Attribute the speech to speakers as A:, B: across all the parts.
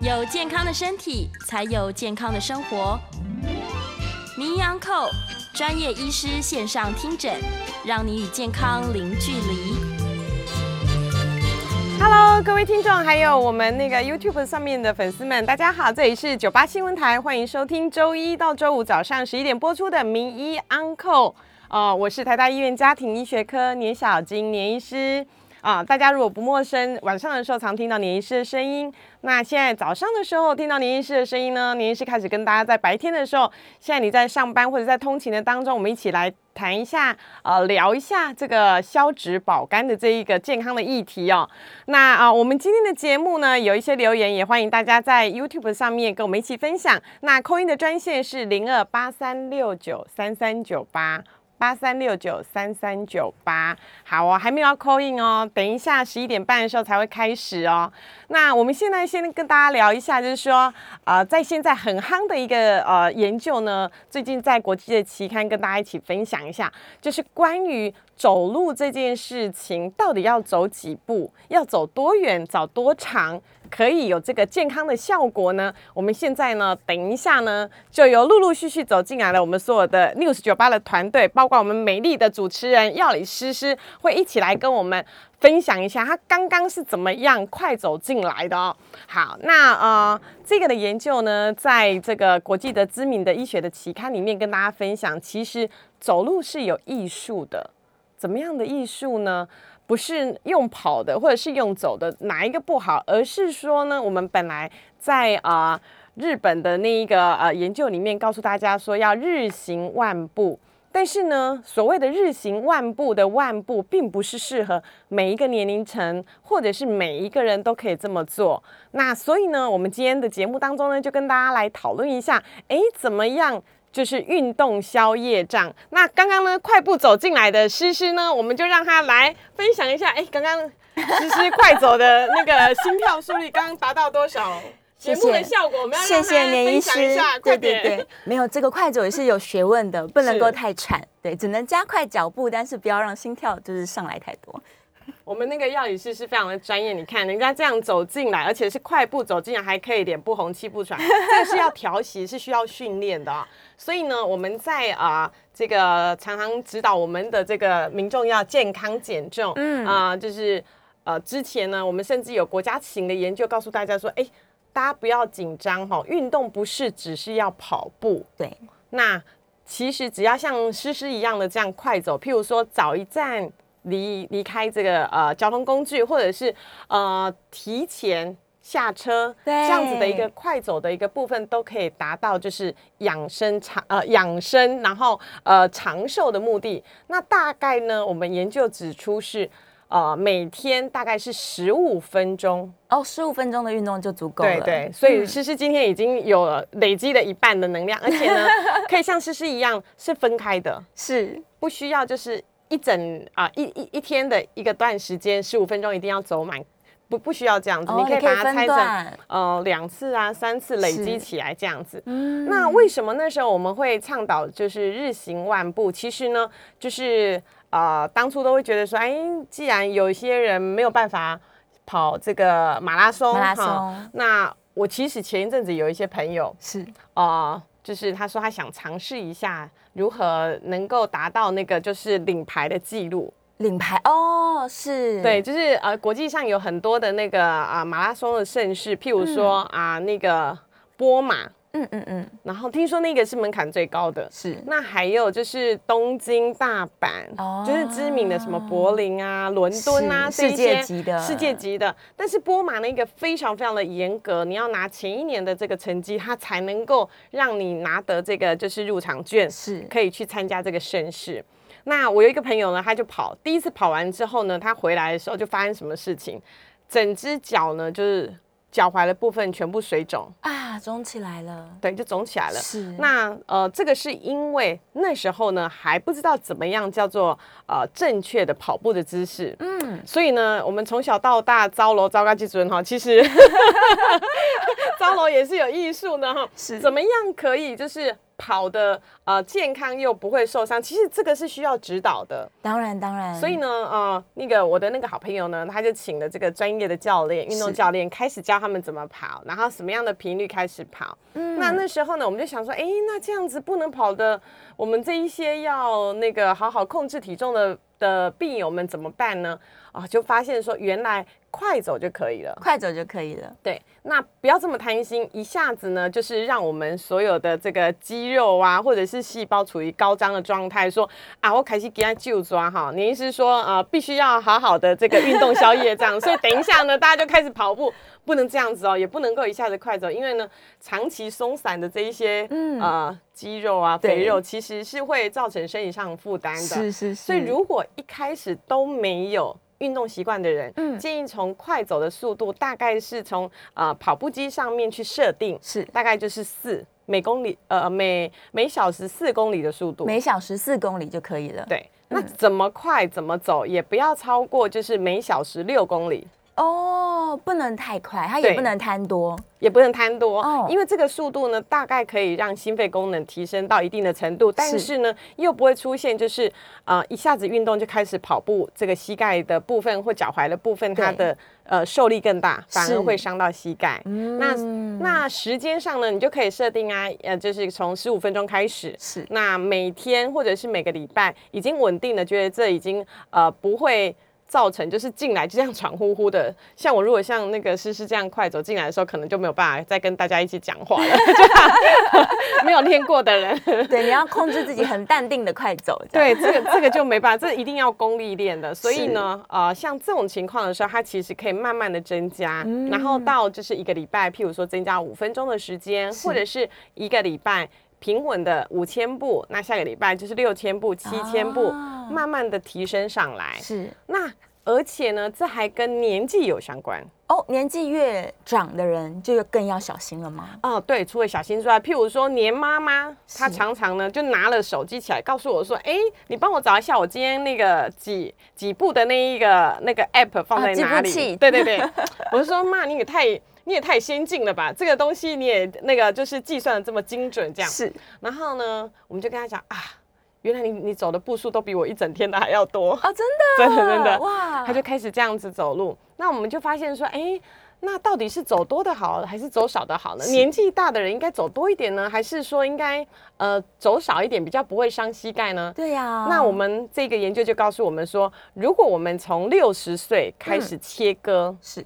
A: 有健康的身体，才有健康的生活。名医安扣专业医师线上听诊，让你与健康零距离。
B: Hello，各位听众，还有我们那个 YouTube 上面的粉丝们，大家好，这里是九八新闻台，欢迎收听周一到周五早上十一点播出的《名医 Uncle》。哦，我是台大医院家庭医学科年小金年医师。啊，大家如果不陌生，晚上的时候常听到年医师的声音。那现在早上的时候听到年医师的声音呢，年医师开始跟大家在白天的时候，现在你在上班或者在通勤的当中，我们一起来谈一下，呃，聊一下这个消脂保肝的这一个健康的议题哦。那啊、呃我们今天的节目呢，有一些留言，也欢迎大家在 YouTube 上面跟我们一起分享。那扣音的专线是零二八三六九三三九八。八三六九三三九八，好哦，还没有要 call in 哦，等一下十一点半的时候才会开始哦。那我们现在先跟大家聊一下，就是说，呃，在现在很夯的一个呃研究呢，最近在国际的期刊跟大家一起分享一下，就是关于走路这件事情，到底要走几步，要走多远，走多长，可以有这个健康的效果呢？我们现在呢，等一下呢，就由陆陆续续走进来了我们所有的 News 酒吧的团队，包括我们美丽的主持人药理诗诗，会一起来跟我们分享一下她刚刚是怎么样快走进来的哦。好，那呃，这个的研究呢，在这个国际的知名的医学的期刊里面跟大家分享，其实走路是有艺术的。怎么样的艺术呢？不是用跑的，或者是用走的，哪一个不好？而是说呢，我们本来在啊、呃日本的那一个呃研究里面告诉大家说要日行万步，但是呢，所谓的日行万步的万步，并不是适合每一个年龄层，或者是每一个人都可以这么做。那所以呢，我们今天的节目当中呢，就跟大家来讨论一下，诶，怎么样？就是运动消业障。那刚刚呢，快步走进来的诗诗呢，我们就让她来分享一下。诶，刚刚诗诗快走的那个心跳速率刚刚达到多少？节
C: 谢
B: 目的
C: 谢
B: 效果，我们要
C: 谢
B: 让
C: 谢
B: 她
C: 年
B: 分
C: 医师
B: 享一下，，快
C: 对对
B: 点。
C: 对，没有这个快走也是有学问的，不能
B: 是
C: 够太喘，对，只能加快脚步，但是不要让心跳就是上来太多。
B: 我们那个药理师是非常的专业，你看人家这样走进来，而且是快步走进来，还可以脸不红气不喘，这个是要调息，是需要训练的、啊。所以呢，我们在啊、这个常常指导我们的这个民众要健康减重，嗯啊、就是呃之前呢，我们甚至有国家型的研究告诉大家说，哎，大家不要紧张哈、哦，运动不是只是要跑步，
C: 对，
B: 那其实只要像诗诗一样的这样快走，譬如说找一站离离开这个呃交通工具，或者是呃提前下车，
C: 对
B: 这样子的一个快走的一个部分，都可以达到就是养生长呃养生，然后呃长寿的目的。那大概呢，我们研究指出是呃每天大概是十五分钟
C: 哦，十五分钟的运动就足够了。嗯
B: 对对，所以诗诗今天已经有了累积了一半的能 量，而且呢，可以像诗诗一样是分开的，
C: 是
B: 不需要就是一整啊、一一一天的一个段时间，十五分钟一定要走满，不不需要这样子，
C: 哦
B: 可以
C: 你可
B: 把
C: 以
B: 它
C: 分
B: 拆成
C: 段
B: 呃两次啊、三次累积
C: 是嗯
B: 起来这样子。那为什么那时候我们会倡导就是日行万步？其实呢，就是呃，当初都会觉得说，哎，既然有一些人没有办法跑这个马拉松，
C: 马
B: 哈
C: 拉松
B: 那我其实前一阵子有一些朋友，
C: 是，
B: 呃，就是他说他想尝试一下如何能够达到那个就是领牌的记录。
C: 领牌哦，是
B: 对，，就是呃，国际上有很多的那个啊、马拉松的盛事，譬如说啊、那个波马，
C: 嗯嗯嗯，
B: 然后听说那个是门槛最高的。
C: 是
B: 那还有就是东京、大阪，
C: 哦
B: 就是知名的什么柏林啊、伦敦啊，
C: 是
B: 这一些
C: 世界级的
B: 世界级的。但是波马那个非常非常的严格，你要拿前一年的这个成绩，它才能够让你拿得这个就是入场券，
C: 是
B: 可以去参加这个盛事。那我有一个朋友呢，他就跑，第一次跑完之后呢，他回来的时候就发生什么事情，整只脚呢就是脚踝的部分全部水肿，
C: 啊，肿起来了，
B: 对，就肿起来了。
C: 是
B: 那呃，这个是因为那时候呢还不知道怎么样叫做呃正确的跑步的姿势，嗯，所以呢，我们从小到大招楼招高基准哈，其 实招楼也是有艺术的哈，
C: 是
B: 怎么样可以就是跑的呃健康又不会受伤，其实这个是需要指导的。
C: 当然当然。
B: 所以呢，呃，那个我的那个好朋友呢，他就请了这个专业的教练，运动
C: 是
B: 教练开始教他们怎么跑，然后什么样的频率开始跑。
C: 嗯
B: 那那时候呢，我们就想说，哎，那这样子不能跑的，我们这一些要那个好好控制体重的的病友们怎么办呢？啊，就发现说原来快走就可以了。
C: 快走就可以了。
B: 对，那不要这么贪心，一下子呢，就是让我们所有的这个肌肉啊，或者是细胞处于高张的状态，说啊，我开始给他救抓哈。您是说呃，必须要好好的这个运动宵夜这样，所以等一下呢，大家就开始跑
C: 嗯
B: 步，不能这样子哦，也不能够一下子快走，因为呢，长期松散的这一些嗯
C: 嗯
B: 呃肌肉啊、
C: 对
B: 肥肉，其实是会造成身体上的负担的。
C: 是是是。
B: 所以如果一开始都没有运动习惯的人，
C: 嗯
B: 建议从快走的速度，大概是从呃跑步机上面去设定，
C: 是
B: 大概就是四每公里呃每每小时四公里的速度，
C: 每嗯小时四公里就可以了。
B: 对。那怎么快怎么走，也不要超过就是每小时六公里，
C: 哦，不能太快，它也
B: 对
C: 不能贪多。
B: 也不能贪多，
C: 哦
B: 因为这个速度呢，大概可以让心肺功能提升到一定的程度，但是呢，又不会出现就是呃一下子运动就开始跑步，这个膝盖的部分或脚踝的部分，
C: 对
B: 它的呃受力更大，反
C: 是
B: 而会伤到膝盖。那
C: 嗯
B: 那时间上呢，你就可以设定啊，呃，就是从十五分钟开始，
C: 是
B: 那每天或者是每个礼拜已经稳定的，觉得这已经呃不会。造成就是进来就这样喘呼呼的，像我如果像那个诗诗这样快走进来的时候，可能就没有办法再跟大家一起讲话了， 就怕 没有练过的人，
C: 对，你要控制自己很淡定的快走。这样，
B: 对这个这个就没办法，这一定要功力练的。所以呢，呃，像这种情况的时候，它其实可以慢慢的增加，
C: 嗯
B: 然后到就是一个礼拜，譬如说增加五分钟的时间，或者是一个礼拜平稳的五千步，那下个礼拜就是六千步、七千步，
C: 啊
B: 慢慢的提升上来。
C: 是
B: 那而且呢，这还跟年纪有相关。
C: 哦，年纪越长的人就更要小心了吗？
B: 哦，对，除了小心之外，譬如说年妈妈，她
C: 是
B: 常常呢就拿了手机起来，告诉我说：“哎，你帮我找一下我今天那个几几步的那一个那个 app 放
C: 啊
B: 在
C: 计步
B: 哪里？”
C: 器
B: 对对对，我就说妈，你也太你也太先进了吧，这个东西你也那个就是计算的这么精准，这样。
C: 是
B: 然后呢，我们就跟他讲啊，原来你你走的步数都比我一整天的还要多。
C: 哦，真
B: 真
C: 的，
B: 的真的
C: 哇，
B: 他就开始这样子走路。那我们就发现说，哎、那到底是走多的好，还是走少的好呢？
C: 是
B: 年纪大的人应该走多一点呢，还是说应该呃走少一点比较不会伤膝盖呢？
C: 对呀、
B: 那我们这个研究就告诉我们说，如果我们从六十岁开始切割，
C: 是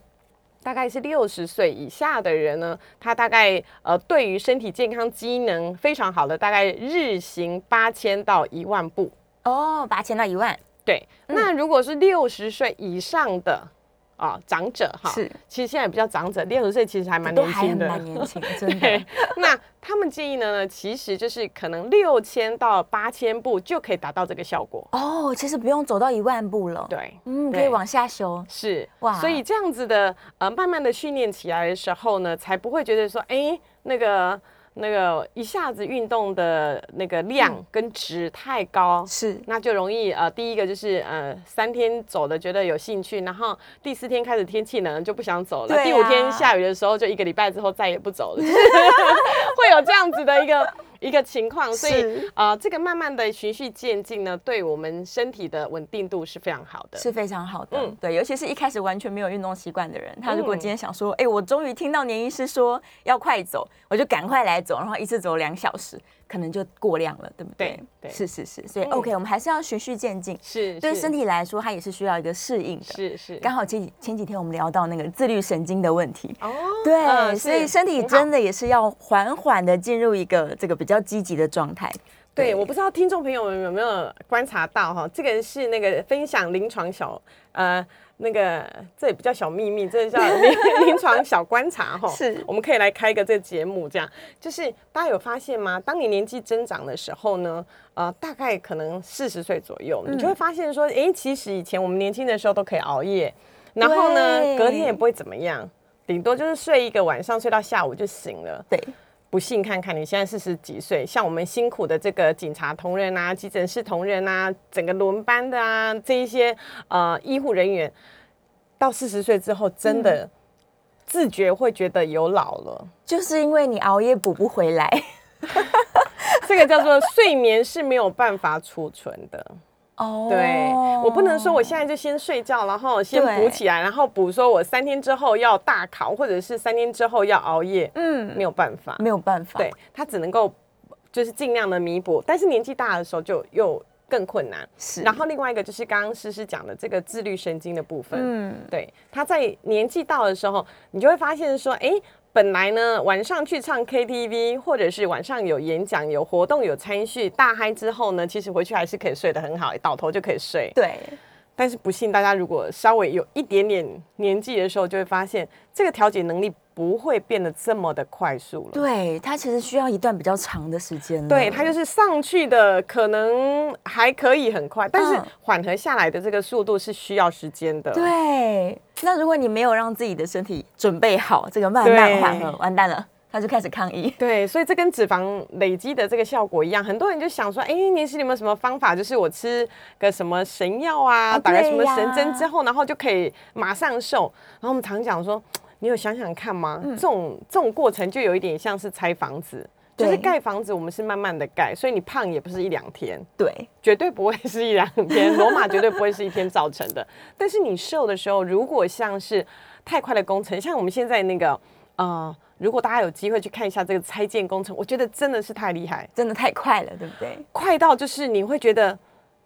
B: 大概是六十岁以下的人呢，他大概呃对于身体健康机能非常好的，大概日行八千到一万步。
C: 哦，八千到一万
B: 对，
C: 嗯
B: 那如果是六十岁以上的啊长者哈，
C: 是，
B: 其实现在比较长者，六十岁其实还蛮
C: 都
B: 年
C: 还
B: 轻
C: 很
B: 的。
C: 蛮年轻，真
B: 对
C: 的，
B: 那他们建议呢，其实就是可能六千到八千步就可以达到这个效果。
C: 哦，其实不用走到一万步了，，
B: 对，
C: 嗯，可以
B: 对
C: 往下修，
B: 是
C: 哇
B: 所以这样子的呃，慢慢的训练起来的时候呢，才不会觉得说，哎、那个那个一下子运动的那个
C: 嗯
B: 量跟值太高，
C: 是
B: 那就容易呃，第一个就是呃，三天走的觉得有兴趣，然后第四天开始天气冷就不想走了，
C: 对啊
B: 第五天下雨的时候就一个礼拜之后再也不走了， 就是会有这样子的一个一个情况，所以
C: 是
B: 呃，这个慢慢的循序渐进呢，对我们身体的稳定度是非常好的。
C: 是非常好的，
B: 嗯
C: 对，尤其是一开始完全没有运动习惯的人，他如果
B: 嗯
C: 今天想说，哎、我终于听到年医师说要快走，我就赶快来走，然后一次走两小时，可能就过量了，对不对？
B: 对对
C: 是是是，所以、
B: 嗯
C: OK，我们还是要循序渐进，
B: 是
C: 对
B: 是
C: 身体来说，它也是需要一个适应的。
B: 是是
C: 刚好前几前几天我们聊到那个自律神经的问题，
B: 哦，
C: 对，
B: 嗯
C: 所以身体
B: 很好
C: 真的也是要缓缓的进入一个这个比较积极的状态。
B: 对，我不知道听众朋友们有没有观察到哈，这个是那个分享临床小呃那个这也不叫小秘密，这叫 临临床小观察哈。
C: 是
B: 我们可以来开一个这个节目，这样就是大家有发现吗？当你年纪增长的时候呢，呃，大概可能四十岁左右，
C: 嗯
B: 你就会发现说，哎、其实以前我们年轻的时候都可以熬夜，然后呢，
C: 对
B: 隔天也不会怎么样。顶多就是睡一个晚上，睡到下午就醒了。
C: 对，
B: 不信看看，你现在四十几岁，像我们辛苦的这个警察同仁啊、急诊室同仁啊、整个轮班的啊，这一些呃医护人员，到四十岁之后，真
C: 嗯
B: 的自觉会觉得有老了，
C: 就是因为你熬夜补不回来，
B: 这个叫做睡眠是没有办法储存的。
C: 哦
B: 对我不能说我现在就先睡觉，然后先补
C: 对
B: 起来，然后补说我三天之后要大考，或者是三天之后要熬夜，
C: 嗯
B: 没有办法。
C: 没有办法，
B: 对，它只能够就是尽量的弥补，但是年纪大的时候就又更困难。
C: 是
B: 然后另外一个就是刚刚诗诗讲的这个自律神经的部分，
C: 嗯
B: 对，他在年纪到的时候，你就会发现说，哎，本来呢晚上去唱 KTV，或者是晚上有演讲、有活动、有参叙，大嗨之后呢，其实回去还是可以睡得很好，倒头就可以睡。
C: 对，
B: 但是不幸大家如果稍微有一点点年纪的时候，就会发现这个调节能力不会变得这么的快速了。
C: 对，它其实需要一段比较长的时间了。
B: 对，它就是上去的可能还可以很快，但是
C: 嗯
B: 缓和下来的这个速度是需要时间的。
C: 对。那如果你没有让自己的身体准备好，这个慢慢缓
B: 对
C: 和，完蛋了，他就开始抗议。
B: 对，所以这跟脂肪累积的这个效果一样，很多人就想说，哎，年师你有没有什么方法？就是我吃个什么神药啊，
C: 啊
B: 打个什
C: 对
B: 么神针
C: 呀
B: 之后，然后就可以马上瘦。然后我们常讲说，你有想想看吗？
C: 嗯
B: 这种这种过程就有一点像是拆房子，就是
C: 对
B: 盖房子，我们是慢慢的盖，所以你胖也不是一两天，
C: 对，
B: 绝对不会是一两天，罗马绝对不会是一天造成的。 但是你瘦的时候，如果像是太快的工程，像我们现在那个呃，如果大家有机会去看一下这个拆建工程，我觉得真的是太厉害，
C: 真的太快了，对不对？
B: 快到就是你会觉得，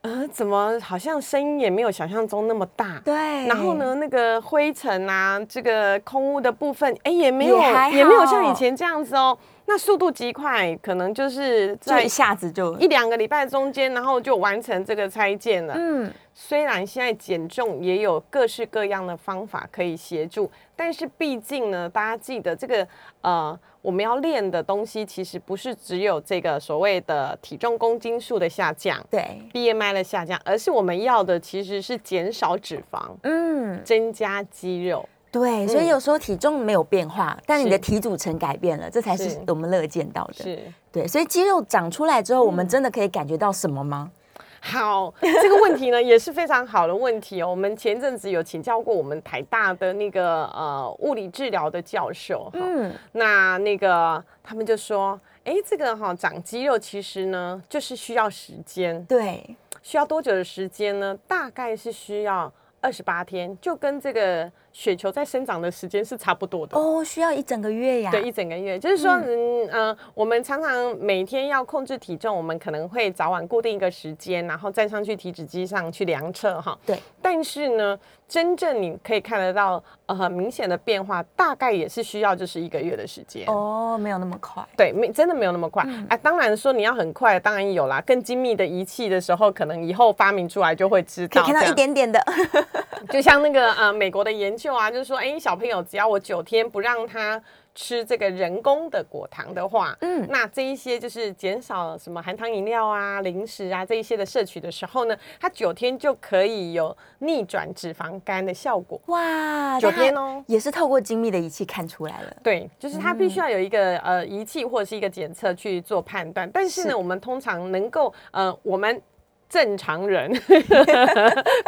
B: 呃，怎么好像声音也没有想象中那么大。
C: 对。
B: 然后？呢，那个灰尘啊，这个空污的部分，哎，也没有，
C: 也还
B: 没有像以
C: 好
B: 前这样子哦。那速度极快，可能就是
C: 就
B: 在
C: 一下子就
B: 一两个礼拜中间，然后就完成这个拆建了。
C: 嗯，
B: 虽然现在减重也有各式各样的方法可以协助，但是毕竟呢，大家记得这个呃，我们要练的东西其实不是只有这个所谓的体重公斤数的下降
C: 对，
B: ，BMI 的下降，而是我们要的其实是减少脂肪，
C: 嗯，
B: 增加肌肉。
C: 对，所
B: 嗯
C: 以有时候体重没有变化，但你
B: 是
C: 的体组成改变了，这才是
B: 是
C: 我们乐见到的。
B: 是。
C: 对，所以肌肉长出来之后，我们真的可以感觉到什么吗？
B: 好，这个问题呢也是非常好的问题哦。我们前阵子有请教过我们台大的那个呃物理治疗的教授哈，
C: 嗯，
B: 那那个他们就说，哎，这个哈、长肌肉其实呢就是需要时间，
C: 对，
B: 需要多久的时间呢？大概是需要二十八天，就跟这个雪球在生长的时间是差不多的。
C: 哦，啊需要一整个月呀。
B: 对，一整个月，就是说，嗯呃，我们常常每天要控制体重，我们可能会早晚固定一个时间，然后站上去体脂机上去量测哈。
C: 对，
B: 但是呢，真正你可以看得到呃很明显的变化，大概也是需要就是一个月的时间。
C: 哦，没有那么快。
B: 对，没真的没有那么快、
C: 嗯
B: 啊。当然说你要很快，当然有啦。更精密的仪器的时候，可能以后发明出来就会知
C: 可以
B: 道。
C: 看到
B: 这
C: 一
B: 样
C: 点 点的，
B: 就像那个呃美国的研究啊，就是说，哎，小朋友只要我九天不让他吃这个人工的果糖的话，嗯
C: 嗯，
B: 那这一些就是减少什么含糖饮料啊、零食啊这一些的摄取的时候呢，他九天就可以有逆转脂肪肝的效果。
C: 哇，
B: 九
C: 但它
B: 天哦
C: 也是透过精密的仪器看出来了。
B: 对，就是它
C: 嗯
B: 必须要有一个、呃仪器或者是一个检测去做判断。但是呢，
C: 是
B: 我们通常能够呃我们。正常人、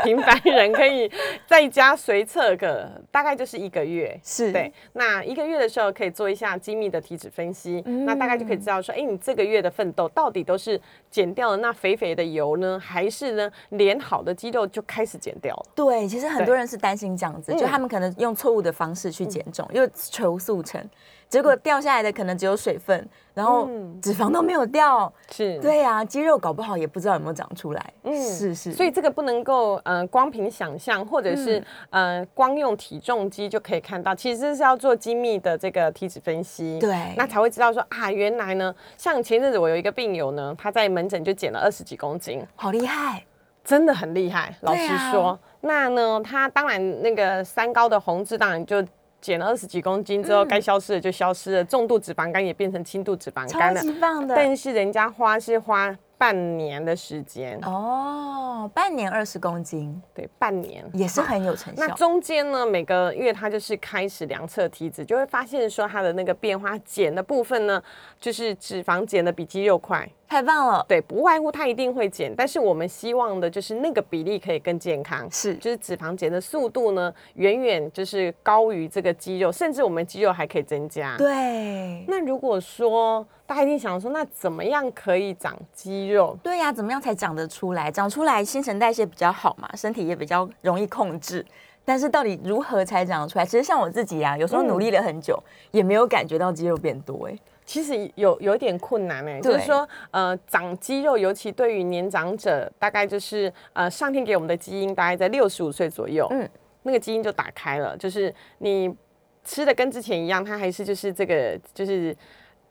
B: 平凡人可以在家随测个，大概就是一个月。
C: 是
B: 对，那一个月的时候可以做一下精密的体脂分析，
C: 嗯
B: 那大概就可以知道说，哎，你这个月的奋斗到底都是减掉了那肥肥的油呢，还是呢连好的肌肉就开始减掉了？
C: 对，其实很
B: 对
C: 多人是担心这样子，
B: 嗯
C: 就他们可能用错误的方式去减重，又求速成，结果掉下来的可能只有水分，然后
B: 嗯
C: 脂肪都没有掉。
B: 是，
C: 对呀、肌肉搞不好也不知道有没有长出来。嗯，是是，
B: 所以这个不能够呃光凭想象，或者是、
C: 嗯
B: 呃光用体重机就可以看到，其实这是要做精密的这个体脂分析，
C: 对
B: 那才会知道说啊，原来呢，像前阵子我有一个病友呢，他在门诊就减了二十几公斤，
C: 好厉害，
B: 真的很厉害，老
C: 对
B: 实
C: 啊
B: 说。那呢，他当然那个三高的红痣当然就。减了二十几公斤之后，
C: 嗯
B: 该消失的就消失了，重度脂肪肝也变成轻度脂肪肝
C: 超
B: 了。
C: 级棒的。
B: 但是人家花是花半年的时间，
C: 哦，半年二十公斤
B: 对，半年
C: 也是很有成
B: 那
C: 效。
B: 中间呢，每个月他就是开始量测体脂，就会发现说他的那个变化，减的部分呢，就是脂肪减的比肌肉快。
C: 太棒了，
B: 对，不外乎它一定会减，但是我们希望的就是那个比例可以更健康，
C: 是
B: 就是脂肪减的速度呢，远远就是高于这个肌肉，甚至我们肌肉还可以增加。，
C: 对，
B: 那如果说大家一定想说，那怎么样可以长肌肉？
C: 对呀、怎么样才长得出来？长出来新陈代谢比较好嘛，身体也比较容易控制。但是到底如何才长得出来？其实像我自己啊呀、有时候努
B: 嗯
C: 力了很久，也没有感觉到肌肉变多哎、
B: 其实有有一点困难哎、就
C: 对
B: 是说，呃，长肌肉，尤其对于年长者，大概就是呃，上天给我们的基因大概在六十五岁左右，嗯
C: 嗯，
B: 那个基因就打开了，就是你吃的跟之前一样，它还是就是这个就是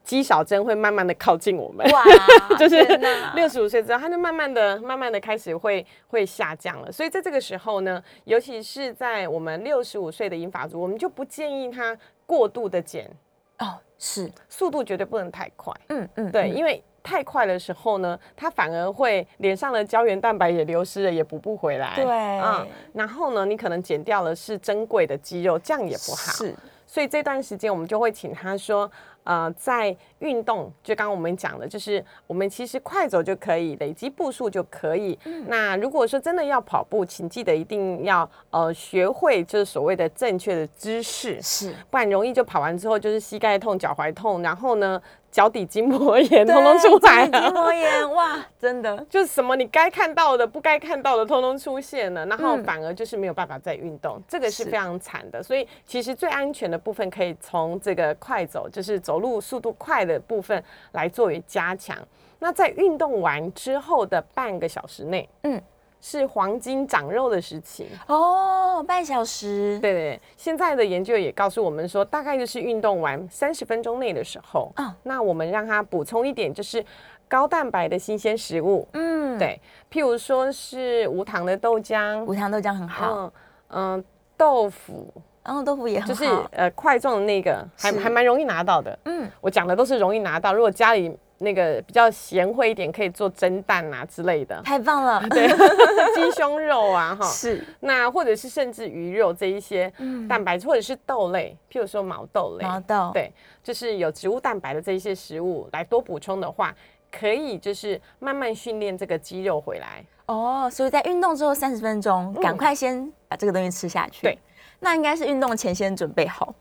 B: 肌少症会慢慢的靠近我们，，
C: 哇
B: 就是
C: 天哪
B: 六十五岁之后，它就慢慢的、慢慢的开始会会下降了。所以在这个时候呢，尤其是在我们六十五岁的银发族，我们就不建议他过度的减，
C: 哦，是，
B: 速度绝对不能太快。
C: 嗯嗯，
B: 对，
C: 嗯
B: 因为太快的时候呢，它反而会脸上的胶原蛋白也流失了，也补不回来。
C: 对
B: 嗯，然后呢，你可能减掉了是珍贵的肌肉，这样也不好。
C: 是
B: 所以这段时间我们就会请他说，呃，在运动，就刚刚我们讲的，就是我们其实快走就可以，累积步数就可以。
C: 嗯
B: 那如果说真的要跑步，请记得一定要呃学会就是所谓的正确的姿势。
C: 是，
B: 不然容易就跑完之后就是膝盖痛、脚踝痛，然后呢，脚底筋膜炎
C: 对
B: 通通出来
C: 真的筋
B: 了。
C: 膜炎，哇，真的
B: 就是什么你该看到的、不该看到的，通通出现了，然后
C: 嗯
B: 反而就是没有办法再运动，这个是
C: 是
B: 非常惨的。所以其实最安全的部分，可以从这个快走，就是走路速度快的部分来作为加强。那在运动完之后的半个小时内，
C: 嗯，
B: 是黄金长肉的时期。
C: 哦，半小时，
B: 对对对，现在的研究也告诉我们说，大概就是运动完三十分钟内的时候，
C: 嗯
B: 那我们让它补充一点就是高蛋白的新鲜食物，
C: 嗯，，
B: 对，譬如说是无糖的豆浆，
C: 无糖豆浆很好，
B: 嗯嗯、豆腐，
C: 然后豆腐也很
B: 就
C: 好，
B: 是呃块状的那个，还
C: 是
B: 还蛮容易拿到的。
C: 嗯，，
B: 我讲的都是容易拿到，如果家里那个比较贤惠一点，可以做蒸蛋啊之类的
C: 太棒了，
B: 对， 鸡胸肉啊哈，
C: 是
B: 那或者是甚至鱼肉这一些蛋白质，或者是豆类，譬如说嗯毛豆类，
C: 毛豆，
B: 对，就是有植物蛋白的这一些食物来多补充的话，可以就是慢慢训练这个肌肉回来。
C: 哦，所以在运动之后三十分钟，赶快先把这个东西吃下去。
B: 对，
C: 那应该是运动前先准备好，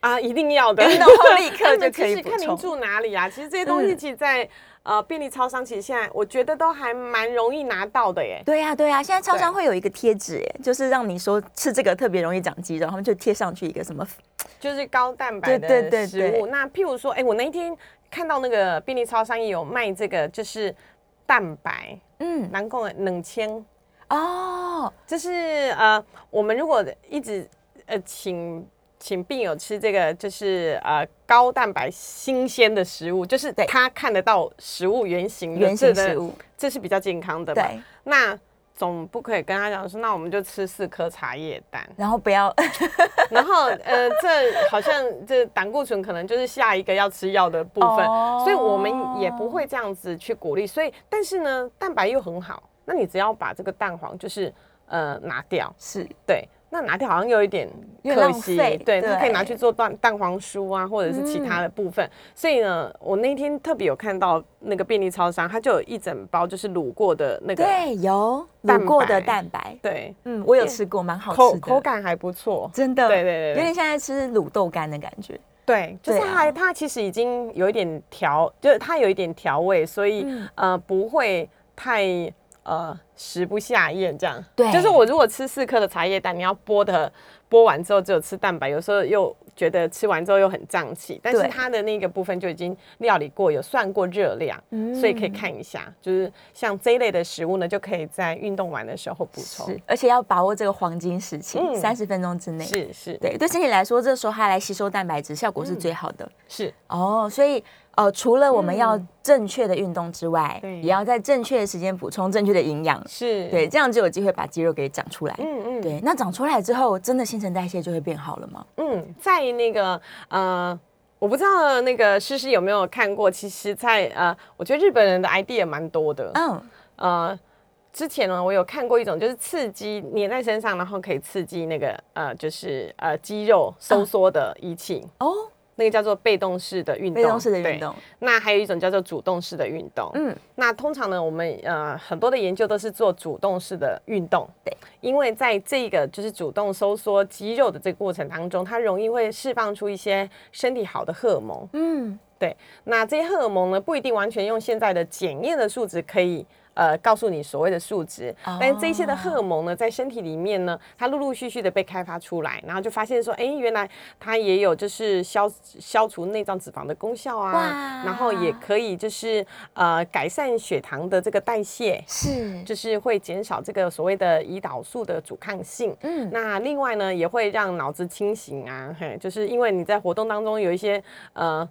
B: 啊，一定要的，
C: 运动后 立刻
B: 那你
C: 就
B: 们
C: 可
B: 其
C: 以
B: 实
C: 补
B: 看您
C: 充。
B: 住哪里啊？其实这些东西
C: 嗯
B: 其实在、呃便利超商，其实现在我觉得都还蛮容易拿到的耶。
C: 对呀、对呀、啊现在超商会有一个贴纸，哎，就是让你说吃这个特别容易长肌肉，他们就贴上去一个什么，
B: 就是高蛋白的食物。
C: 对对对对
B: 那譬如说，哎、我那一天看到那个便利超商也有卖这个，就是蛋白，
C: 嗯，
B: 南宫冷千，
C: 哦，
B: 就是呃，我们如果一直呃请。请病友吃这个就是呃高蛋白新鲜的食物，就是
C: 对
B: 他看得到食物原型的
C: 哦原型
B: 这个
C: 食物，
B: 这是比较健康的嘛。
C: 对，，
B: 那总不可以跟他讲说，那我们就吃四颗茶叶蛋
C: 然后不要，
B: 然后呃，这好像这胆固醇可能就是下一个要吃药的部分，
C: 哦
B: 所以我们也不会这样子去鼓励。所以，但是呢，蛋白又很好，那你只要把这个蛋黄就是呃拿掉，
C: 是
B: 对。那拿掉好像有一点
C: 有点
B: 可
C: 浪
B: 惜，
C: 费
B: 对，它可以
C: 对嗯
B: 拿去做蛋蛋黄酥啊，或者是其他的部分。所以呢，我那天特别有看到那个便利超商，它就有一整包就是卤过的那个，
C: 对，有
B: 蛋
C: 卤过
B: 白
C: 的蛋白，
B: 对，
C: 嗯，我有吃过，蛮好
B: 口
C: 吃的，
B: 口感还不错，
C: 真的，
B: 对对对对
C: 有点像在吃卤豆干的感觉，
B: 对，就是
C: 对啊
B: 它还、它其实已经有一点调，就是它有一点调味，所以、
C: 嗯
B: 呃不会太呃食不下咽这样。
C: 对
B: 就是我如果吃四颗的茶叶蛋，你要剥的剥完之后只有吃蛋白，有时候又觉得吃完之后又很胀气，但是
C: 对
B: 它的那个部分就已经料理过，有算过热量，
C: 嗯
B: 所以可以看一下，就是像这一类的食物呢，就可以在运动完的时候补充
C: 是。，而且要把握这个黄金时期
B: 嗯，
C: 三十分钟之内，
B: 是是
C: 对，对身体来说，这时候它来吸收蛋白质效
B: 嗯
C: 果是最好的。
B: 是，
C: 哦，所以呃，除了我们要正确的运动之外，
B: 嗯对
C: 也要在正确的时间补充正确的营养，
B: 是，
C: 对，，这样就有机会把肌肉给长出来。
B: 嗯嗯。
C: 对，那长出来之后，真的新陈代谢就会变好了吗？
B: 嗯，在那个呃，我不知道那个诗诗有没有看过，其实在，呃，我觉得日本人的 idea 蛮多的。
C: 嗯，
B: 呃，之前呢，我有看过一种，就是刺激粘在身上，然后可以刺激那个呃，就是呃肌肉收缩的仪器。
C: 哦，
B: 那个叫做被动式的运动，
C: 被动式的
B: 对
C: 运动，
B: 那还有一种叫做主动式的运动。
C: 嗯，
B: 那通常呢，我们呃很多的研究都是做主动式的运动，
C: 对，
B: 因为在这个就是主动收缩肌肉的这个过程当中，它容易会释放出一些身体好的荷尔蒙。
C: 嗯，
B: 对，那这些荷尔蒙呢，不一定完全用现在的检验的数值可以。呃，告诉你所谓的数值，但是这些的荷尔蒙呢，在身体里面呢，它陆陆续续的被开发出来，然后就发现说，哎，原来它也有就是消消除内脏脂肪的功效啊，
C: 哇
B: 然后也可以就是呃改善血糖的这个代谢，
C: 是，
B: 就是会减少这个所谓的胰岛素的阻抗性。
C: 嗯
B: 那另外呢，也会让脑子清醒啊，嘿，就是因为你在活动当中有一些呃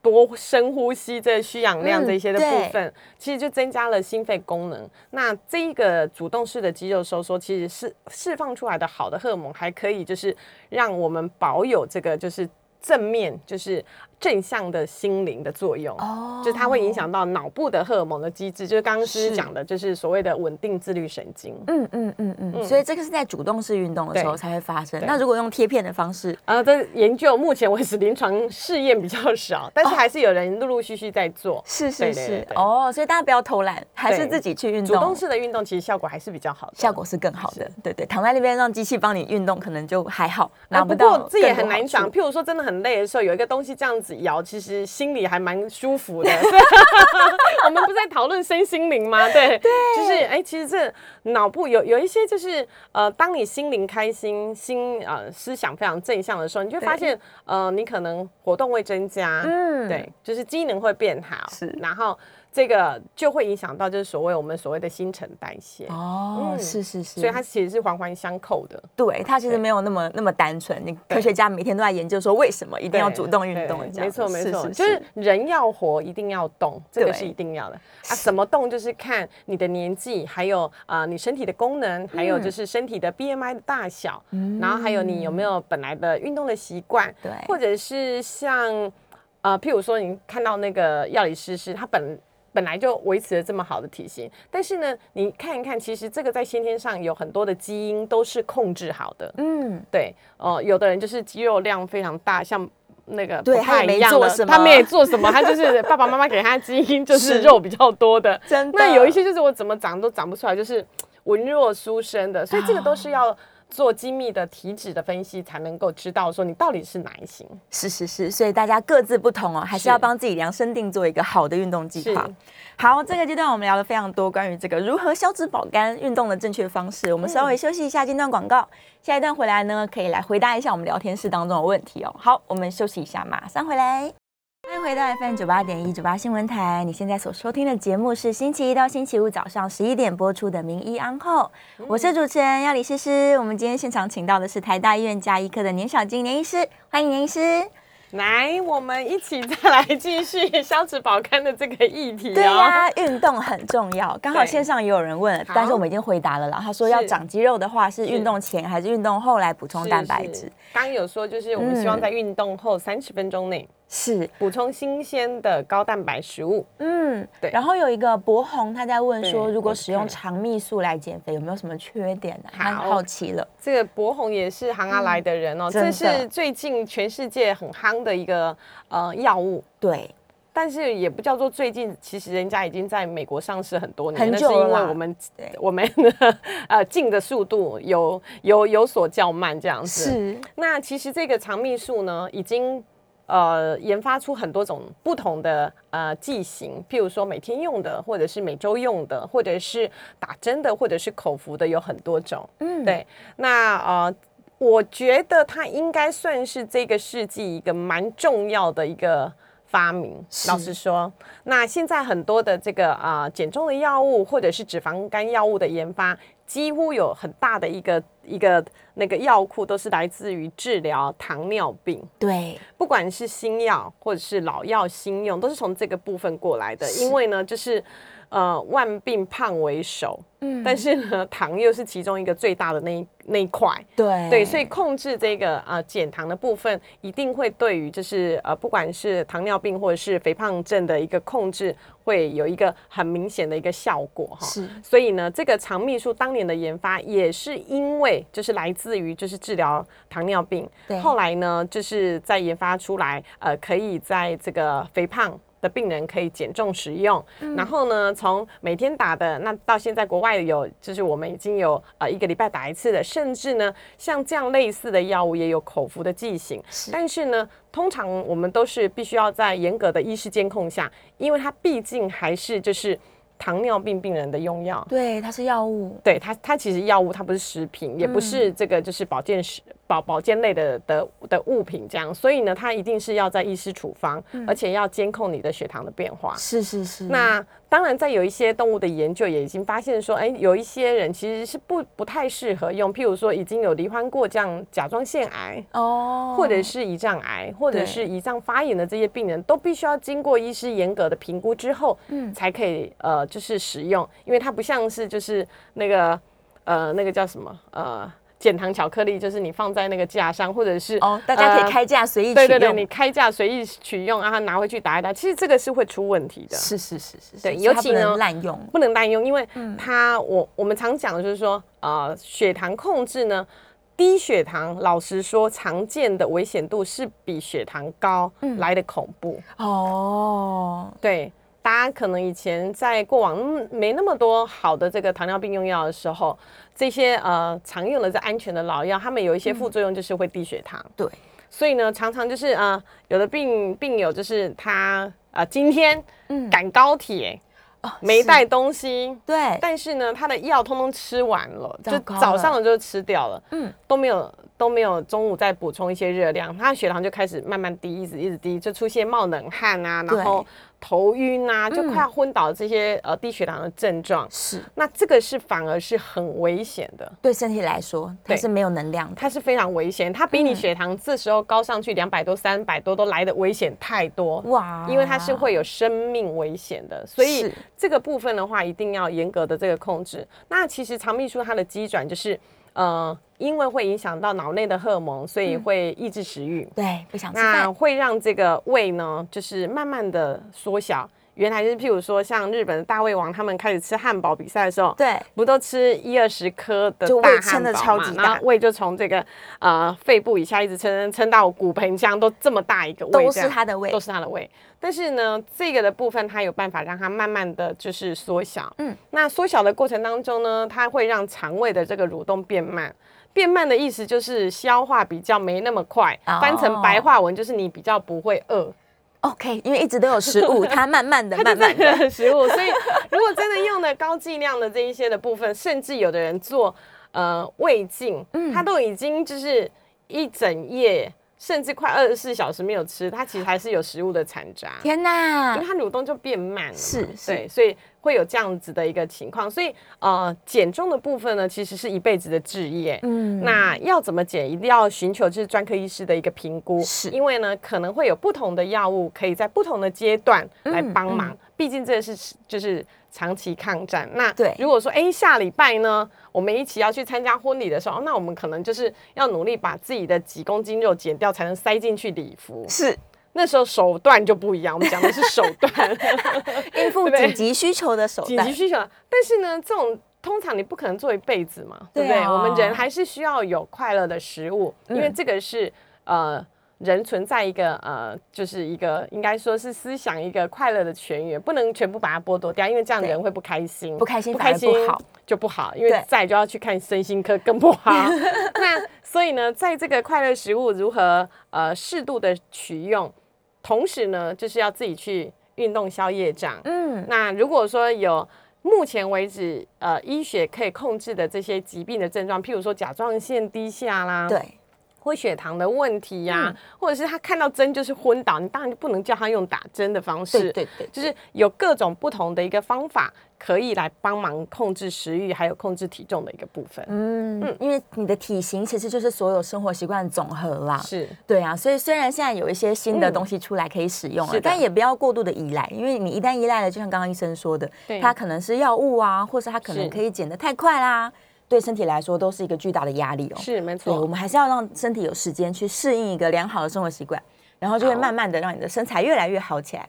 B: 多深呼吸、这需氧量
C: 嗯
B: 这些的
C: 对
B: 部分，其实就增加了心肺功能。那这一个主动式的肌肉收缩，其实是释放出来的好的荷尔蒙，还可以就是让我们保有这个就是正面就是正向的心灵的作用。
C: 哦
B: 就是它会影，响到脑部的荷尔蒙的机制，就是刚刚师
C: 是
B: 讲的，就是所谓的稳定自律神经。
C: 嗯嗯嗯嗯，所以这个是在主动式运动的时候
B: 对
C: 才会发生。
B: 对
C: 那如果用贴片的方式，
B: 呃，这研究目前为止临床试验比较少，但
C: 哦
B: 是还是有人陆陆续续在做。
C: 是
B: 对
C: 是
B: 对
C: 是
B: 对，对
C: 哦，所以大家不要偷懒，还是
B: 对
C: 自己去运
B: 主
C: 动，
B: 动式的运动其实效果还是比较好的，
C: 效果是更好的。对对，躺在那边让机器帮你运动，可能就还好，
B: 啊。
C: 拿
B: 不
C: 不到。
B: 过这也很难讲，。譬如说真的很累的时候，有一个东西这样子摇，其实心里还蛮舒服 的。我们不是在讨论身心灵吗？对，就是哎、其实这脑部有有一些就是呃，当你心灵开心、心呃思想非常正向的时候，你就会发
C: 对
B: 现呃，你可能活动会增加，
C: 嗯
B: 对，就是机能会变好，
C: 是
B: 然后这个就会影响到就是所谓我们所谓的新陈代谢。
C: 哦，
B: 嗯
C: 是是是，
B: 所以它其实是环环相扣的，
C: 对它其实
B: 对
C: 没有那么那么单纯。你
B: 对
C: 科学家每天都在研究说为什么一定要
B: 对
C: 主动运动
B: 对
C: 这样，
B: 没错没
C: 是
B: 错，
C: 是
B: 就是人要活一定要动，这个
C: 对
B: 是一定要的啊。什么动就是看你的年纪，还有啊、呃你身体的功能，还
C: 嗯
B: 有就是身体的 BMI 的大小，然后还有你有没有本来的运动的习惯，
C: 对
B: 或者是像呃，譬如说你看到那个药理师是他本。本来就维持了这么好的体型，但是呢，你看一看，其实这个在先天上有很多的基因都是控制好的，
C: 嗯，
B: 对，哦、有的人就是肌肉量非常大，像那个
C: 对
B: 不
C: 他也
B: 太
C: 没
B: 一样
C: 做
B: 的
C: 什
B: 他
C: 么
B: 没也做什么，他就是 爸爸妈妈给他基因就是
C: 是
B: 肉比较多的。
C: 真的。
B: 那有一些就是我怎么长都长不出来，就是文弱书生的，所以这个都是
C: 啊
B: 要做精密的体脂的分析才能够知道说你到底是哪一型。
C: 是是是，所以大家各自不同哦，还是
B: 是
C: 要帮自己量身定做一个好的运动计划
B: 是。
C: 好，这个阶段我们聊了非常多关于这个如何消脂保肝运动的正确方式，我们稍微休息一下，间段广告，下一段回来呢可以来回答一下我们聊天室当中的问题哦。好，我们休息一下，马上回来。欢迎回到 FM 九八点一九八新闻台，你现在所收听的节目是星期一到星期五早上十一点播出的《名医安后》，我是主持人要李诗诗。我们今天现场请到的是台大医院加医科的年小金年医师，欢迎年医师。
B: 来，我们一起再来继续 消脂保肝的这个议题
C: 对
B: 哦。
C: 呀、运动很重要。刚好
B: 对
C: 线上也有人问了，
B: 好
C: 但是我们已经回答了啦。他说
B: 是
C: 要长肌肉的话，是运动前还是运动后来补充
B: 是
C: 蛋白。质嗯
B: 是？刚有说就是我们希望在运动后三十分钟内
C: 是，
B: 补充新鲜的高蛋白食物。
C: 嗯，
B: 对
C: 然后有一个博红他在问说，
B: 对
C: 如果
B: 我
C: 使用
B: 看
C: 长泌素来减肥，有没有什么缺点呢、啊？他
B: 好
C: 好奇了。
B: 这个博红也是行阿来的人哦，
C: 嗯真的
B: 这是最近全世界很夯的一个呃药物。
C: 对，
B: 但是也不叫做最近，其实人家已经在美国上市很多年，
C: 很
B: 那
C: 久
B: 是因
C: 了
B: 为
C: 啦
B: 我们
C: 对
B: 我们呃进的速度有有有所较慢这样子。，
C: 是，
B: 那其实这个肠泌素呢，已经呃研发出很多种不同的呃剂型，譬如说每天用的，或者是每周用的，或者是打针的，或者是口服的，有很多种。
C: 嗯，
B: 对，那呃，我觉得它应该算是这个世纪一个蛮重要的一个发明。老
C: 是
B: 实说，那现在很多的这个啊、呃减重的药物或者是脂肪肝药物的研发，几乎有很大的一个一个那个药库都是来自于治疗糖尿病。
C: 对，
B: 不管是新药或者是老药新用，都是从这个部分过来的。
C: 是
B: 因为呢，就是呃，万病胖为首，
C: 嗯
B: 但是呢，糖又是其中一个最大的那一那一块。
C: 对，
B: 对，所以控制这个呃减糖的部分，一定会对于就是呃不管是糖尿病或者是肥胖症的一个控制，会有一个很明显的一个效果哈。
C: 是
B: 所以呢，这个肠泌素当年的研发也是因为溃就是来自于就是治疗糖尿病
C: 对，
B: 后来呢就是在研发出来，呃，可以在这个肥胖。的病人可以减重使用，然后呢，从每天打的那到现在国外有，就是我们已经有呃一个礼拜打一次的，甚至呢像这样类似的药物也有口服的剂型，
C: 是
B: 但是呢，通常我们都是必须要在严格的医师监控下，因为它毕竟还是就是糖尿病病人的用药，
C: 对，它是药物，
B: 对它，它其实药物它不是食品，也不是这个就是保健食保保健类的的的物品这样，所以呢，它一定是要在医师处方，而且要监控你的血糖的变化。
C: 是是是。
B: 那当然，在有一些动物的研究也已经发现说，哎，有一些人其实是不不太适合用，譬如说已经有罹患过这样甲状腺癌，
C: 哦，
B: 或者是胰脏癌，或者
C: 对
B: 是胰脏发炎的这些病人，都必须要经过医师严格的评估之后，嗯，才可以呃，就是使用，因为它不像是就是那个呃那个叫什么呃减糖巧克力，就是你放在那个架上，或者是
C: 哦，大家可以
B: 呃
C: 开价随意取
B: 对
C: 用。
B: 对对，你开架随意取用，然后拿回去打一打，其实这个是会出问题的。
C: 是是是是，
B: 对
C: 是它
B: 尤其
C: 不能
B: 呢
C: 滥用。
B: 不能滥用，因为
C: 嗯
B: 它、我我们常讲的就是说，呃，血糖控制呢，低血糖，老实说，常见的危险度是比血糖高
C: 嗯
B: 来的恐怖。
C: 哦，
B: 对，大家可能以前在过往嗯没那么多好的这个糖尿病用药的时候，这些呃常用的这安全的老药，它们有一些副作用就是会低血糖。
C: 嗯对，
B: 所以呢，常常就是呃，有的病病友就是他呃今天赶高铁、
C: 嗯哦
B: 没
C: 是
B: 带东西。
C: 对，
B: 但是呢，他的药通通吃完了，
C: 糟
B: 就
C: 糕
B: 早
C: 了
B: 上的就吃掉了，
C: 嗯
B: 嗯，都没有都没有中午再补充一些热量，他的血糖就开始慢慢低，一直一直低，就出现冒冷汗啊，
C: 对嗯
B: 然后头晕啊，就快要昏倒这些、呃低血糖的症状。
C: 是
B: 那这个是反而是很危险的，
C: 对身体来说，它
B: 对
C: 是没有能量的。
B: 它是非常危险，它比
C: 嗯
B: 你血糖这时候高上去两百多、三百多都来的危险太多。
C: 哇
B: 因为它是会有生命危险的，所以
C: 啊是
B: 这个部分的话，一定要严格的这个控制。那其实肠泌素它的机转就是，呃，因为会影响到脑内的荷尔蒙，所
C: 嗯
B: 以会抑制食欲，
C: 对不想吃
B: 那
C: 饭，
B: 会让这个胃呢，就是慢慢的缩小。原来就是譬如说，像日本的大胃王他们开始吃汉堡比赛的时候，
C: 对
B: 不都吃一二十颗的
C: 就
B: 大
C: 胃
B: 汉
C: 撑得
B: 堡
C: 超
B: 嘛
C: 级
B: 然后
C: 大
B: 胃就从这个呃肺部以下一直撑撑到骨盆腔，都这么大一个胃这
C: 都
B: 样，
C: 是它的胃
B: 都。是它的胃。但是呢，这个的部分它有办法让它慢慢的就是缩小。
C: 嗯
B: 嗯，那缩小的过程当中呢，它会让肠胃的这个蠕动变慢。变慢的意思就是消化比较没那么快，
C: 哦
B: 翻成白话文就是你比较不会饿。
C: OK，因为一直都有 食物，它慢慢的、
B: 它就
C: 慢 慢的，
B: 是食物，所以如果真的用的高剂量的这一些的部分，甚至有的人做呃胃镜，他都已经就是一整夜甚至快二十四小时没有吃，它其实还是有食物的残渣。
C: 天哪
B: 因为！它蠕动就变慢了嘛，
C: 啊是是
B: 对，所以会有这样子的一个情况。所以呃，减重的部分呢，其实是一辈子的置业。
C: 嗯
B: 嗯， 那要怎么减，一定要寻求就是专科医师的一个评估，
C: 是
B: 因为呢，可能会有不同的药物可以在不同的阶段来
C: 嗯
B: 帮忙。毕竟这是就是长期抗战。那
C: 对
B: 如果说哎、诶下礼拜呢，我们一起要去参加婚礼的时候，哦那我们可能就是要努力把自己的几公斤肉减掉，才能塞进去礼服。
C: 是
B: 那时候手段就不一样，我们讲的是手 段，
C: 应付
B: 对不对
C: 紧急需求的手
B: 紧
C: 段
B: 急，需求。但是呢，这种通常你不可能做一辈子嘛，对不对？
C: 对啊
B: 我们人还是需要有快乐的食物，因
C: 嗯
B: 为这个是呃。人存在一个呃，就是一个应该说是思想一个快乐的泉源，不能全部把它剥夺掉，因为这样
C: 对
B: 人会不开心，
C: 不开心
B: 不
C: 反而
B: 开
C: 不
B: 心
C: 好
B: 就不好，因
C: 对
B: 为再就要去看身心科更不 好。那所以呢，在这个快乐食物如何呃适度的取用，同时呢，就是要自己去运动消业障，
C: 嗯，
B: 那如果说有目前为止，呃，医学可以控制的这些疾病的症状，譬如说甲状腺低下啦，，
C: 对，嗯
B: 或血糖的问题呀、或者是他看到针就是昏倒，你当然就不能叫他用打针的方式，
C: 对对对，
B: 就是有各种不同的一个方法可以来帮忙控制食欲，还有控制体重的一个部分，
C: 嗯，因为你的体型其实就是所有生活习惯的总和啦。
B: 是。
C: 对啊，所以虽然现在有一些新的
B: 嗯
C: 东西出来可以使用了，
B: 是的
C: 但也不要过度的依赖，因为你一旦依赖了，就像刚刚医生说的，
B: 对
C: 它可能是药物啊，或是它可能
B: 是
C: 可以减得太快啦，对身体来说都是一个巨大的压力哦。
B: 是没
C: 对，我
B: 错，
C: 们还是要让身体有时间去适应一个良好的生活习惯，然后就会
B: 好
C: 慢慢的让你的身材越来越好起来。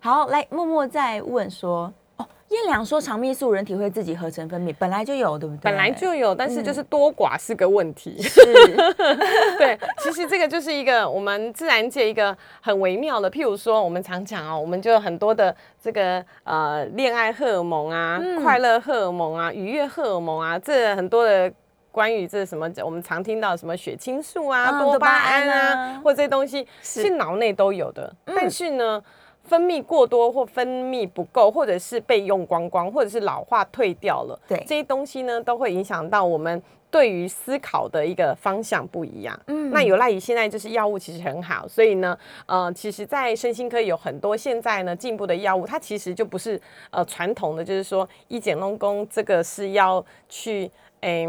C: 好，来默默再问说，哦，燕良说肠泌素人体会自己合成分泌，本来就有，对不对？
B: 本来就有，但是就是多寡是个问题。
C: 是
B: 对，其实这个就是一个我们自然界一个很微妙的，譬如说我们常讲哦，我们就有很多的这个呃恋爱荷尔蒙啊、快乐荷尔蒙啊、愉悦荷尔蒙啊，这很多的。关于这什么，我们常听到什么血清素啊、
C: 嗯
B: 多巴胺
C: 多巴
B: 啊，
C: 胺啊嗯
B: 或这些东西是脑内都有的。但是呢，分泌过多或分泌不够，或者是被用光光，或者是老化退掉了，
C: 对
B: 这些东西呢，都会影响到我们对于思考的一个方向不一样。嗯，那有赖于现在就是药物其实很好，所以呢，呃，其实，在身心科有很多现在呢进步的药物，它其实就不是呃传统的，就是说一检弄工这个是要去诶、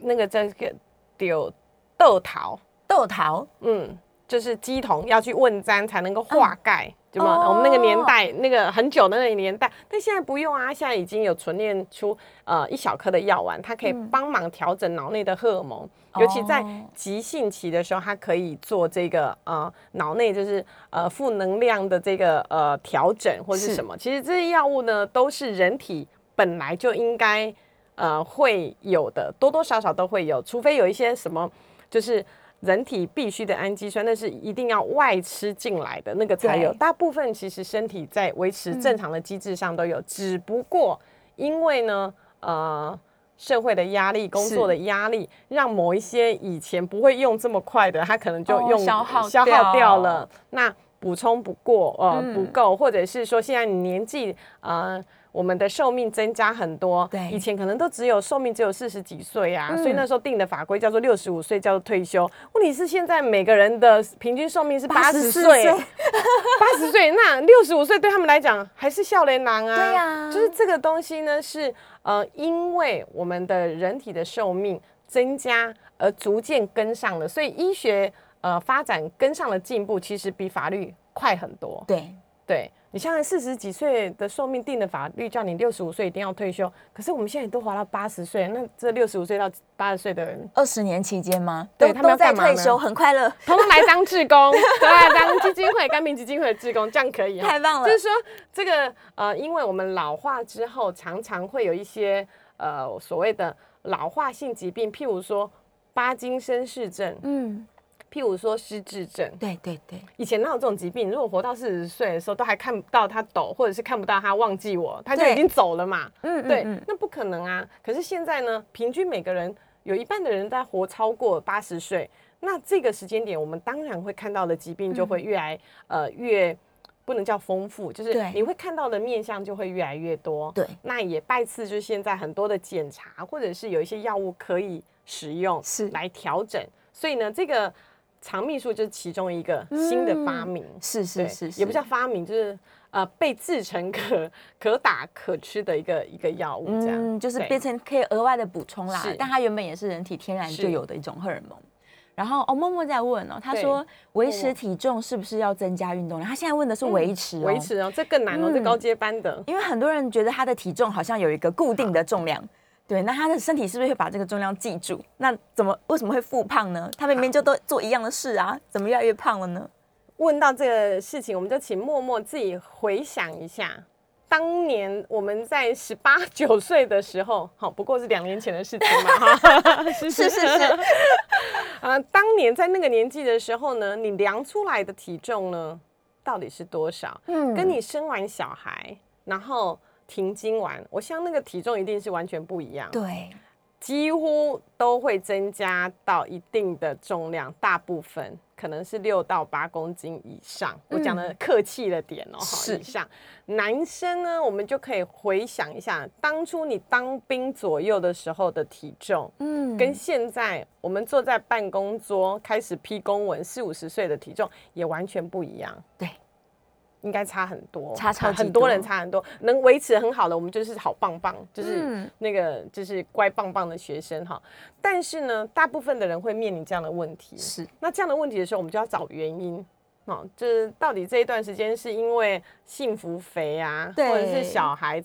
B: 那个这个丢豆桃，
C: 豆桃，
B: 嗯，就是鸡桶要去问粘才能够化钙，对吗？
C: 哦
B: 我们那个年代，那个很久的那个年代，但现在不用啊，现在已经有纯炼出呃一小颗的药丸，它可以帮忙调整脑内的荷尔蒙，尤其在
C: 哦
B: 急性期的时候，它可以做这个呃脑内就是呃负能量的这个呃调整或是
C: 是
B: 什么。其实这些药物呢，都是人体本来就应该。呃，会有的，多多少少都会有，除非有一些什么，就是人体必须的氨基酸，那是一定要外吃进来的那个才有。
C: 对
B: 大部分其实身体在维持正常的机制上都有，只不过因为呢，呃，社会的压力、工作的压力，让某一些以前不会用这么快的，他可能就
C: 哦
B: 用、
C: 消耗
B: 消耗掉
C: 掉
B: 了。那补充不过，呃，
C: 嗯
B: 不够，或者是说现在年纪，呃，我们的寿命增加很多，
C: 对
B: 以前可能都只有寿命只有四十几岁啊，
C: 嗯
B: 所以那时候定的法规叫做六十五岁叫做退休。问题是现在每个人的平均寿命是八十岁，八十岁，那六十五岁对他们来讲还是笑脸郎啊。
C: 对呀
B: 就是这个东西呢，是呃，因为我们的人体的寿命增加而逐渐跟上了，所以医学呃发展跟上了进步，其实比法律快很多。
C: 对，
B: 对你像在四十几岁的寿命定的法律叫你六十五岁一定要退休，可是我们现在都活到八十岁，那这六十五岁到八十岁的人，
C: 二十年期间吗？
B: 对
C: 都
B: 他们要
C: 都在
B: 干嘛呢
C: 退休，很快乐，
B: 通通来当志工， 都来当基金会、甘平基金会的志工，这样可以哈
C: 太棒了
B: 就是说，这个呃，因为我们老化之后，常常会有一些呃所谓的老化性疾病，譬如说巴金森氏症，
C: 嗯，
B: 譬如说失智症。
C: 对对对，
B: 以前哪有这种疾病？如果活到四十岁的时候，都还看不到他抖，或者是看不到他忘记我，他就
C: 对
B: 已经走了嘛。
C: 嗯
B: 对，
C: 嗯嗯
B: 那不可能啊。可是现在呢，平均每个人有一半的人在活超过八十岁，那这个时间点，我们当然会看到的疾病就会越来、呃越不能叫丰富，就是
C: 嗯对
B: 你会看到的面相就会越来越多。
C: 对
B: 那也拜赐就是现在很多的检查，或者是有一些药物可以使用
C: 是
B: 来调整，所以呢，这个。肠泌素就是其中一个新
C: 嗯
B: 的发明，
C: 是
B: 对
C: 是是，
B: 也不
C: 是
B: 叫发明，就是呃被制成可可打可吃的一个一个药物这样，
C: 嗯，就是
B: 对
C: 变成可以额外的补充啦
B: 是。
C: 但它原本也是人体天然
B: 是
C: 就有的一种荷尔蒙。然后哦，默默在问哦，他
B: 对
C: 说维持
B: 默嗯
C: 体重是不是要增加运动量？他现在问的是维持、哦，
B: 维持哦，这更难哦，
C: 嗯
B: 这高阶班的。
C: 因为很多人觉得他的体重好像有一个固定的重量，对，那他的身体是不是会把这个重量记住？那怎么为什么会复胖呢？他明明就都做一样的事啊，怎么越来越胖了呢？
B: 问到这个事情，我们就请默默自己回想一下，当年我们在十八九岁的时候，好，不过是两年前的事情嘛， 哈，是
C: 是是 是，
B: 啊，当年在那个年纪的时候呢，你量出来的体重呢，到底是多少？
C: 嗯
B: 跟你生完小孩，然后停经完，我想那个体重一定是完全不一样，
C: 对，
B: 几乎都会增加到一定的重量，大部分可能是六到八公斤以上。我讲的客气了点哦，哈
C: 嗯是
B: 以上。男生呢，我们就可以回想一下当初你当兵左右的时候的体重。
C: 嗯
B: 跟现在我们坐在办公桌开始批公文，四五十岁的体重也完全不一样。
C: 对，
B: 应该差很多，
C: 差超级
B: 很多
C: 多
B: 人差很多，能维持很好的，我们就是好棒棒，就是
C: 嗯
B: 那个就是乖棒棒的学生哈。但是呢，大部分的人会面临这样的问题。
C: 是
B: 那这样的问题的时候，我们就要找原因。哦，就是到底这一段时间是因为幸福肥啊，或
C: 对
B: 者是小孩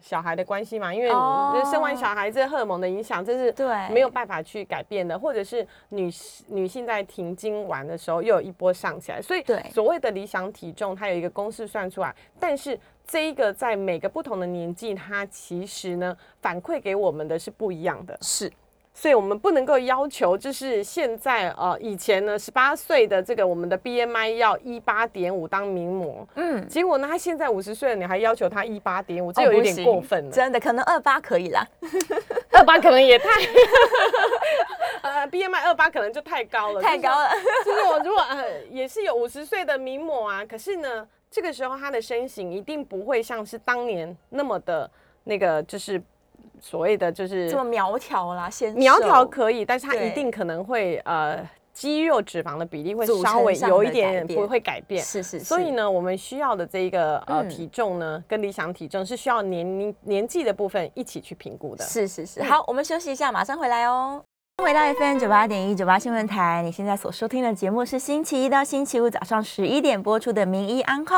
B: 小孩的关系嘛，因为
C: 哦
B: 你生完小孩这荷尔蒙的影响，这是
C: 对
B: 没有办法去改变的，或者是女女性在停经完的时候又有一波上起来，所以
C: 对
B: 所谓的理想体重，它有一个公式算出来，但是。这一个在每个不同的年纪，它其实呢反馈给我们的是不一样的。
C: 是
B: 所以我们不能够要求，就是现在呃，以前呢，十八岁的这个我们的 BMI 要一八点五当名模，
C: 嗯，
B: 结果呢，他现在五十岁了，你还要求他一八点五，这
C: 哦
B: 有一
C: 不
B: 点
C: 行
B: 过分了。
C: 真的可能二八可以啦，
B: 二八可能也太， 呃，BMI 二八可能就太高了，
C: 太高了，
B: 哦就是我如果呃也是有五十岁的名模啊，可是呢，这个时候她的身形一定不会像是当年那么的那个，就是所谓的就是
C: 这么苗条啦，纤
B: 苗条
C: 瘦
B: 可以，但是它
C: 对
B: 一定可能会呃肌肉脂肪的比例会
C: 组
B: 稍
C: 成
B: 微
C: 上
B: 有
C: 的
B: 一
C: 改
B: 点
C: 变
B: 不会改变。
C: 是是，
B: 所以
C: 是
B: 呢，我们需要的这一个呃
C: 嗯
B: 体重呢，跟理想体重是需要年龄年纪的部分一起去评估的。
C: 是是
B: 嗯
C: 是，好，我们休息一下，马上回来哦。回到 FM 九八点一九八新闻台，你现在所收听的节目是星期一到星期五早上十一点播出的《名医安扣》，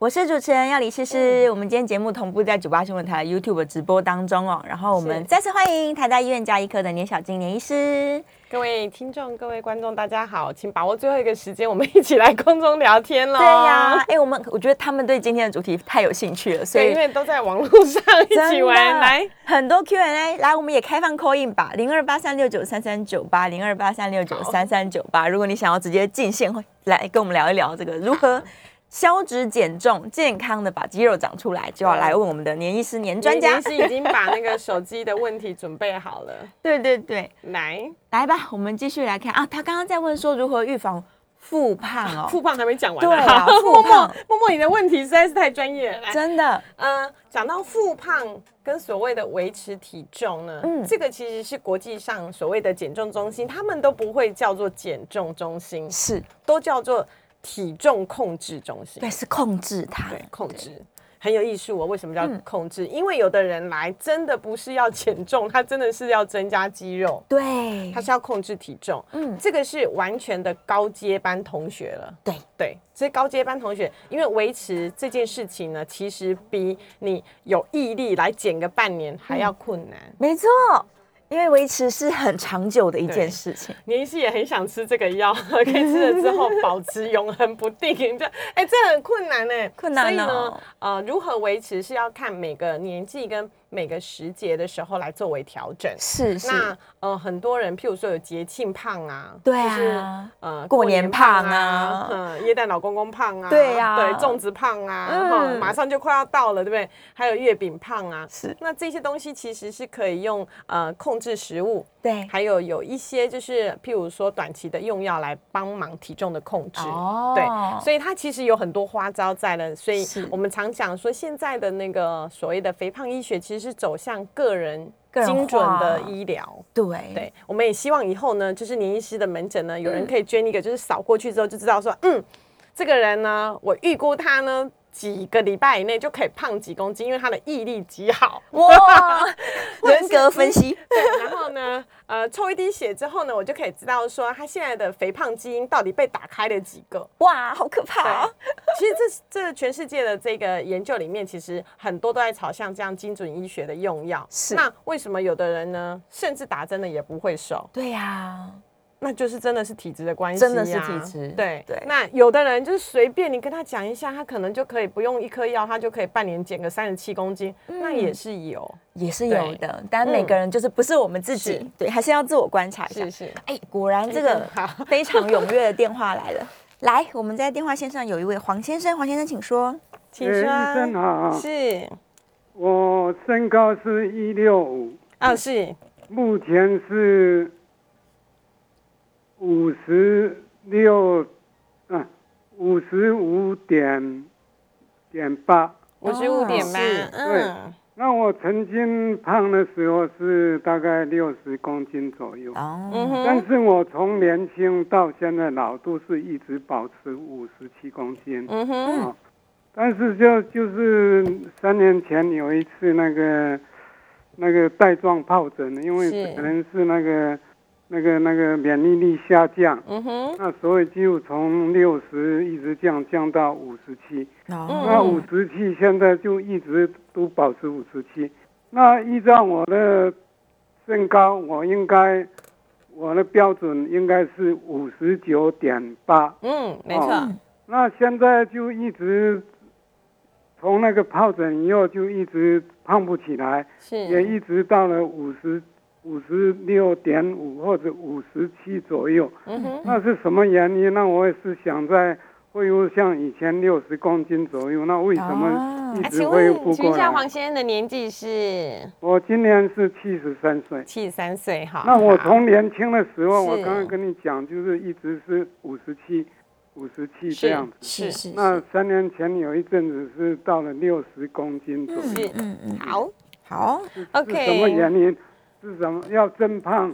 C: 我是主持人要李诗诗。
B: 嗯
C: 我们今天节目同步在九八新闻台 YouTube 直播当中哦，然后我们
B: 是
C: 再次欢迎台大医院加医科的年小金年医师。
B: 各位听众、各位观众，大家好，请把握最后一个时间，我们一起来空中聊天喽。
C: 对呀、哎、我们我觉得他们对今天的主题太有兴趣了，所
B: 哦对，
C: 以
B: 因为都在网络上一
C: 真
B: 起
C: 的啊
B: 玩，来，
C: 很多 Q&A，来我们也开放 call in 吧，零二八三六九三三九八，零二八三六九三三九八。如果你想要直接进线来跟我们聊一聊这个如何消脂减重、健康的把肌肉长出来，就要来问我们的年医师、年专家
B: 林。是已经把那个手机的问题准备好了，
C: 对对对，
B: 来，
C: 来吧，我们继续来看啊，他刚刚在问说如何预防复胖 哦，
B: 富胖还没讲完、
C: 对啊
B: 默
C: 复胖
B: 默默默，你的问题实在是太专业了。来
C: 真的
B: 呃，讲到复胖跟所谓的维持体重呢，
C: 嗯
B: 这个其实是国际上所谓的减重中心，他们都不会叫做减重中心，
C: 是
B: 都叫做体重控制中心。
C: 对，是控制它，
B: 对， 控制。很有艺术哦，为什么叫控制？因为有的人来真的不是要减重，他真的是要增加肌肉，
C: 对
B: 他，是要控制体重。
C: 嗯
B: 嗯，这个是完全的高阶班同学了。
C: 对，
B: 对，所以高阶班同学，因为维持这件事情呢，其实比你有毅力来减个半年还要困难。
C: 没错，因为维持是很长久的一件
B: 对
C: 事情。
B: 年医师也很想吃这个药， 可以吃了之后保持永恒不定。 这哎、这很困难哎、
C: 困难哦
B: 所以呢，呃，如何维持是要看每个年纪跟每个时节的时候来作为调整。
C: 是是，
B: 那呃，很多人，譬如说有节庆胖啊，
C: 对
B: 就是
C: 啊，
B: 呃，
C: 过
B: 过
C: 年
B: 年胖
C: 胖啊
B: 啊， 嗯，耶诞老公公胖啊，
C: 对呀
B: 对，粽子胖啊，
C: 嗯
B: 哈、马上就快要到了，对不对？还有月饼胖啊，
C: 是
B: 那这些东西其实是可以用呃控制食物，
C: 对，
B: 还有有一些就是譬如说短期的用药来帮忙体重的控制。
C: 哦
B: 对，所以它其实有很多花招在了，所以
C: 是
B: 我们常讲说，现在的那个所谓的肥胖医学，其实是走向个人
C: 个人
B: 精准的
C: 化
B: 医疗。
C: 对
B: 对，我们也希望以后呢，就是年医师的门诊呢，有人可以捐一个，就是扫过去之后就知道说，嗯，这个人呢，我预估他呢几个礼拜以内就可以胖几公斤，因为他的毅力极 好。
C: 哇，人格分析
B: 对，然后呢，呃，抽一滴血之后呢，我就可以知道说他现在的肥胖基因到底被打开了几个。
C: 哇，好可怕哦！
B: 其实这这全世界的这个研究里面，其实很多都在朝向这样精准医学的用药。
C: 是
B: 那为什么有的人呢，甚至打针了也不会瘦？
C: 对啊呀，
B: 那就是真的是体质的关系、啊，
C: 真的是体质
B: 对
C: 对
B: 那有的人就是随便你跟他讲一下，他可能就可以不用一颗药，他就可以半年减个三十七公斤，那
C: 嗯
B: 也是有。
C: 也是有
B: 对嗯
C: 的，但每个人就是不是我们自己
B: 是，
C: 对，还是要自我观察一下。
B: 是
C: 哎，果然这个
B: 嗯好
C: 非常踊跃的电话来了。来，我们在电话线上有一位黄先生，黄先生请说。
B: 请
D: 哎，
B: 说。
D: 医生
B: 啊
D: 啊好，
B: 是
D: 我身高是一六五，
B: 啊，是
D: 目前是五十六，啊，五十五点点八。
B: 五十五点八
C: 哦是，
B: 嗯，
D: 那我曾经胖的时候是大概六十公斤左右，
C: 哦，
B: 嗯
D: 但
B: 哼，
D: 是我从年轻到现在老都是一直保持五十七公斤。
B: 嗯哼，
D: 哦但是就就是三年前有一次那个那个带状疱疹，因为
B: 是
D: 可能是那个那个那个免疫力下降，
B: 嗯哼，
D: 那所以就从六十一直降降到五十七，
B: 嗯
C: 哦，
D: 那五十七现在就一直都保持五十七。那依照我的身高，我应该我的标准应该是五十九点八。
B: 嗯，没错，
D: 哦那现在就一直从那个疱疹以后就一直胖不起来，也
B: 是，
D: 一直到了五十五十六点五或者五十七左右。
B: 嗯哼，
D: 那是什么原因？那我也是想在会不会像以前六十公斤左右？那为什
C: 啊
D: 么一
B: 啊，
D: 直
B: 请
D: 恢
B: 问
D: 复
B: 请问一
D: 过来？
B: 下黄先生的年纪是
D: 我今年是七十三岁。
B: 七十三岁哈？
D: 那我从年轻的时候，
B: 是
D: 我刚刚跟你讲，就是一直是五十七、五十七这样子。
C: 是是
D: 那
C: 是，
D: 三年前有一阵子是到了六十公斤左右，
B: 是
C: 嗯嗯，
B: 好
C: 好，
D: 是什么
B: ，OK，
D: 原因？是什么？要增胖？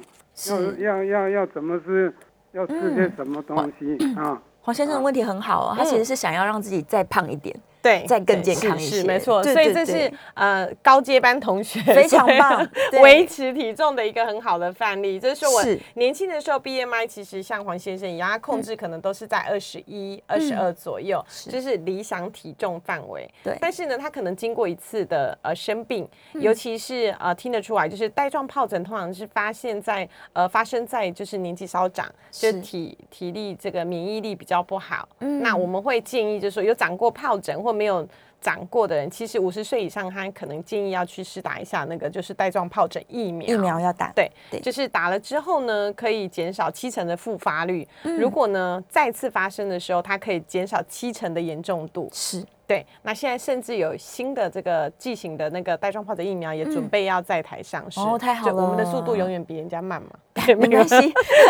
D: 要
C: 是
D: 要要要怎么是？要
B: 嗯
D: 吃些什么东西、啊？
C: 黄先生的问题很好哦，他其实是想要让自己再胖一点，
B: 对，
C: 再更
B: 对
C: 健康
B: 是
C: 一
B: 是
C: 些
B: 没错，
C: 对
B: 所以
C: 对
B: 这
C: 对
B: 是呃高阶班同学
C: 非常棒
B: 所以
C: 对
B: 维持体重的一个很好的范例。这是我
C: 是嗯
B: 年轻的时候 BMI 其实像黄先生一样，他控制可能都是在二十一、二十二左右，
C: 是
B: 就是理想体重范围。
C: 对嗯
B: 但是呢，他可能经过一次的呃生病，尤其是呃听得出来，就是带状疱疹通常是发现在呃发生在就是年纪稍长，就是体体力这个免疫力比较不好。
C: 嗯
B: 那我们会建议就是说有长过疱疹或没有。长过的人，其实五十岁以上，他可能建议要去试打一下那个就是带状疱疹
C: 疫苗要打，
B: 对，
C: 对
B: 就是打了之后呢，可以减少七成的复发率。
C: 嗯
B: 如果呢再次发生的时候，它可以减少七成的严重度。
C: 是
B: 对，那现在甚至有新的这个剂型的那个带状疱疹疫苗也准备要在台上市。
C: 嗯哦太好
B: 就我们的
C: 了
B: 速度永远比人家 慢嘛，对
C: 没关系，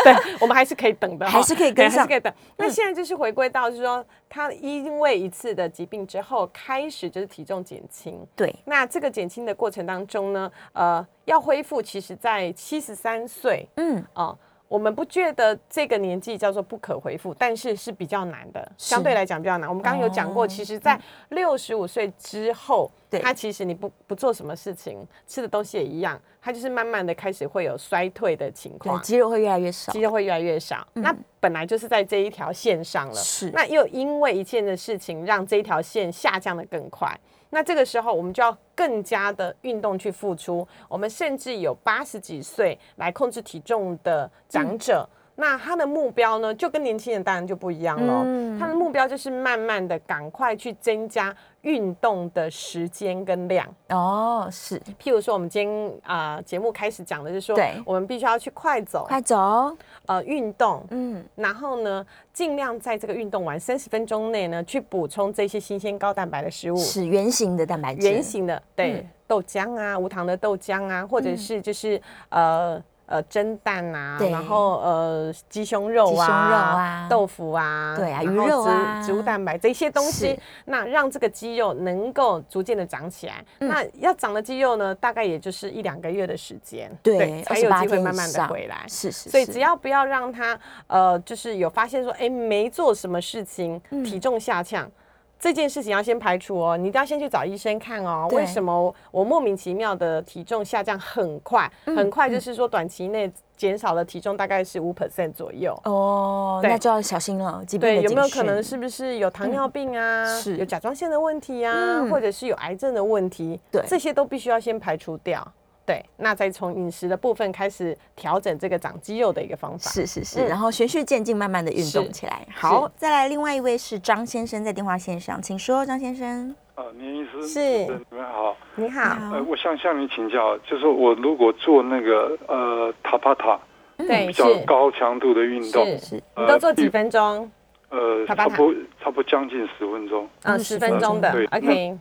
B: 对，我们还是可以等的哈，
C: 还是可以
B: 对
C: 跟
B: 还是
C: 上嗯
B: 可以等。那现在就是回归到，就是说他因为一次的疾病之后，开始就是体重减轻。
C: 对，
B: 那这个减轻的过程当中呢，呃，要恢复，其实在七十三岁
C: 嗯，
B: 哦。我们不觉得这个年纪叫做不可恢复，但是是比较难的，
C: 是
B: 相对来讲比较难。我们刚刚有讲过，
C: 哦
B: 其实，在六十五岁之后，
C: 对
B: 它其实你不不做什么事情，吃的东西也一样，它就是慢慢的开始会有衰退的情
C: 对，嗯
B: 况。
C: 肌肉会越来越少
B: 肌，肉会越来越少。那本来就是在这一条线上了，
C: 是
B: 那又因为一件的事情让这一条线下降的更快。那这个时候，我们就要更加的运动去付出。我们甚至有八十几岁来控制体重的长者，
C: 嗯
B: 那他的目标呢，就跟年轻人当然就不一样了。
C: 嗯
B: 他的目标就是慢慢的赶快去增加运动的时间跟量。
C: 哦，是
B: 譬如说，我们今天啊、呃节目开始讲的是说
C: 对，
B: 我们必须要去快走，
C: 快走，
B: 呃运动，
C: 嗯，
B: 然后呢，尽量在这个运动完三十分钟内呢，去补充这些新鲜高蛋白的食物，
C: 是圆形的蛋白质，
B: 圆形的，对，
C: 嗯
B: 豆浆啊，无糖的豆浆啊，或者是就是、呃。呃，蒸蛋啊，
C: 对
B: 然后呃，鸡胸肉啊，
C: 鸡胸肉啊
B: 豆腐啊，
C: 对啊
B: 然
C: 鱼
B: 后
C: 肉
B: 植
C: 啊
B: 植物蛋白这些东西
C: 是，
B: 那让这个肌肉能够逐渐的长起来。
C: 嗯
B: 那要长的肌肉呢，大概也就是一两个月的时间，
C: 对，
B: 才
C: 二
B: 有
C: 十八
B: 机会
C: 天
B: 慢
C: 以
B: 慢的
C: 上
B: 回来。
C: 是是，
B: 所以
C: 是
B: 只要不要让他呃，就是有发现说，哎，没做什么事情，
C: 嗯
B: 体重下降。这件事情要先排除哦，你一定要先去找医生看哦。
C: 对
B: 为什么我莫名其妙的体重下降很快？
C: 嗯
B: 很快就是说短期内减少了体重大概是五 percent 左右。
C: 哦，
B: 对
C: 那就要小心了，疾病
B: 对，
C: 的
B: 有没有
C: 警
B: 可能
C: 讯嗯
B: 是不是有糖尿病啊？
C: 是
B: 有甲状腺的问题啊，
C: 嗯
B: 或者是有癌症的问题？
C: 对
B: 这些都必须要先排除掉。对，那再从饮食的部分开始调整这个长肌肉的一个方法。
C: 是是是，
B: 嗯
C: 然后循序渐进，慢慢的运
B: 是
C: 动起来。好
B: 是，
C: 再来另外一位是张先生在电话线上，请说，张先生。
E: 啊，林医师，
B: 是
E: 呃你们好。
B: 你好，
E: 呃，我想向你请教，就是我如果做那个呃塔帕塔
B: 对，
E: 比
B: 是
E: 较高强度的运动，
B: 是，
E: 呃
B: 你都做几分钟？
E: 呃，
B: 塔帕
E: 差
B: 塔
E: 不多差不多将近十分钟。
B: 啊，
C: 嗯
B: 十
C: 10
B: 分钟的
E: 对
B: ，OK，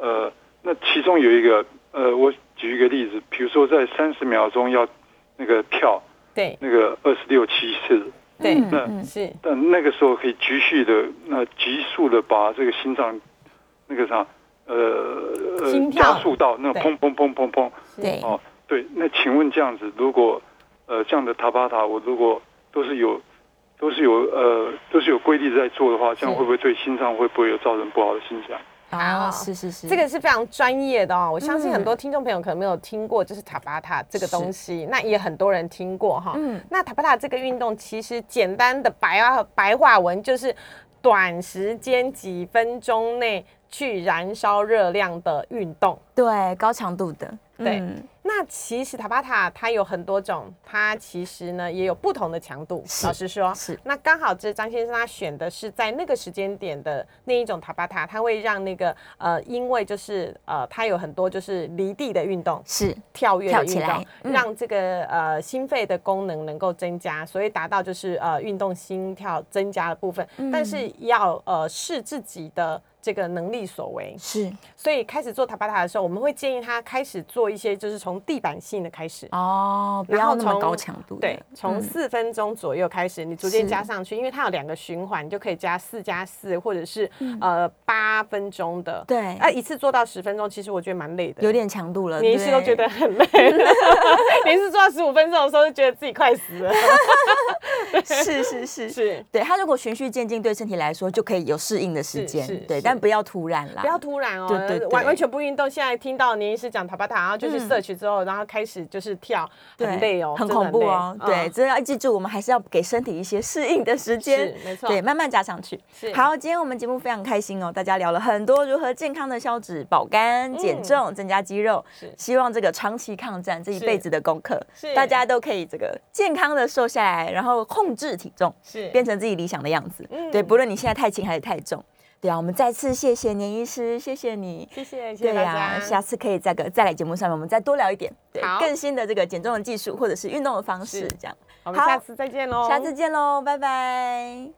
E: 呃，那其中有一个呃，我举一个例子，比如说在三十秒钟要那个跳
B: 对
E: 那个二十六七四，
B: 对，
C: 嗯
E: 那
B: 是
E: 但那个时候可以急续的那急速的把这个心脏那个啥呃
B: 心
E: 呃
B: 跳
E: 加速到那个
B: 对
E: 砰砰砰砰砰。
C: 对，
E: 哦，对，那请问这样子，如果呃这样的塔巴塔，我如果都是有都是有呃都是有规律在做的话，这样
B: 是
E: 会不会对心脏会不会有造成不好的影响？
B: 好
C: 哦，是是是，
B: 这个是非常专业的哦，我相信很多听众朋友可能没有听过，就是塔巴塔这个东西，那也很多人听过哈。
C: 嗯
B: 那塔巴塔这个运动，其实简单的白话白话文就是短时间几分钟内去燃烧热量的运动。
C: 对高强度的，
B: 对
C: 嗯
B: 那其实塔巴塔它有很多种，它其实呢也有不同的强度。
C: 是
B: 老实说，
C: 是
B: 那刚好这张先生他选的是在那个时间点的那一种塔巴塔，它会让那个呃，因为就是呃，它有很多就是离地的运动。
C: 是
B: 跳跃的
C: 跳起
B: 运动
C: 来，嗯
B: 让这个呃心肺的功能能够增加，所以达到就是呃运动心跳增加的部分，
C: 嗯
B: 但是要呃视自己的这个能力所为。
C: 是
B: 所以开始做塔巴塔的时候，我们会建议他开始做一些，就是从地板性的开始，
C: 哦，不嗯
B: 然
C: 要
B: 后
C: 那么
B: 从
C: 高强度的，
B: 对，从四分钟左右开始，你逐渐加上去，因为它有两个循环，你就可以加四加四，或者是呃八分钟的，
C: 嗯对
B: 啊一次做到十分钟，其实我觉得蛮累的，
C: 有点强度了，
B: 每一次都
C: 对
B: 觉得很累， 每一次做到十五分钟的时候，就觉得自己快死 了，
C: 是是是
B: 是。
C: 对它如果循序渐进，对身体来说就可以有适应的时间
B: 是是，
C: 对，
B: 是
C: 但不要突然啦，
B: 不要突然哦，
C: 对对对
B: 完完全不运动。现在听到年医师讲塔巴塔，然后就去
C: 嗯
B: search 之后，然后开始就是跳，
C: 对
B: 很累哦，
C: 很
B: 真的
C: 恐怖哦，
B: 累
C: 对，
B: 嗯
C: 真的要记住，我们还是要给身体一些适应的时间，
B: 是没错
C: 对，慢慢加上去
B: 是。
C: 好，今天我们节目非常开心哦，大家聊了很多如何健康的消脂、保肝、
B: 嗯
C: 减重、增加肌肉
B: 是，
C: 希望这个长期抗战这一
B: 是
C: 辈子的功课
B: 是，
C: 大家都可以这个健康的瘦下来，然后控制体重，
B: 是
C: 变成自己理想的样子。
B: 嗯
C: 对，不论你现在太轻还是太重。对啊，我们再次谢谢年医师，谢谢你，
B: 谢谢，谢
C: 对
B: 谢大
C: 呀、
B: 家，
C: 下次可以再个再来节目上面，我们再多聊一点，对
B: 好
C: 更新的这个减重的技术或者是运动的方式
B: 是，
C: 这样。
B: 我们下次再见喽，
C: 下次见喽，拜拜。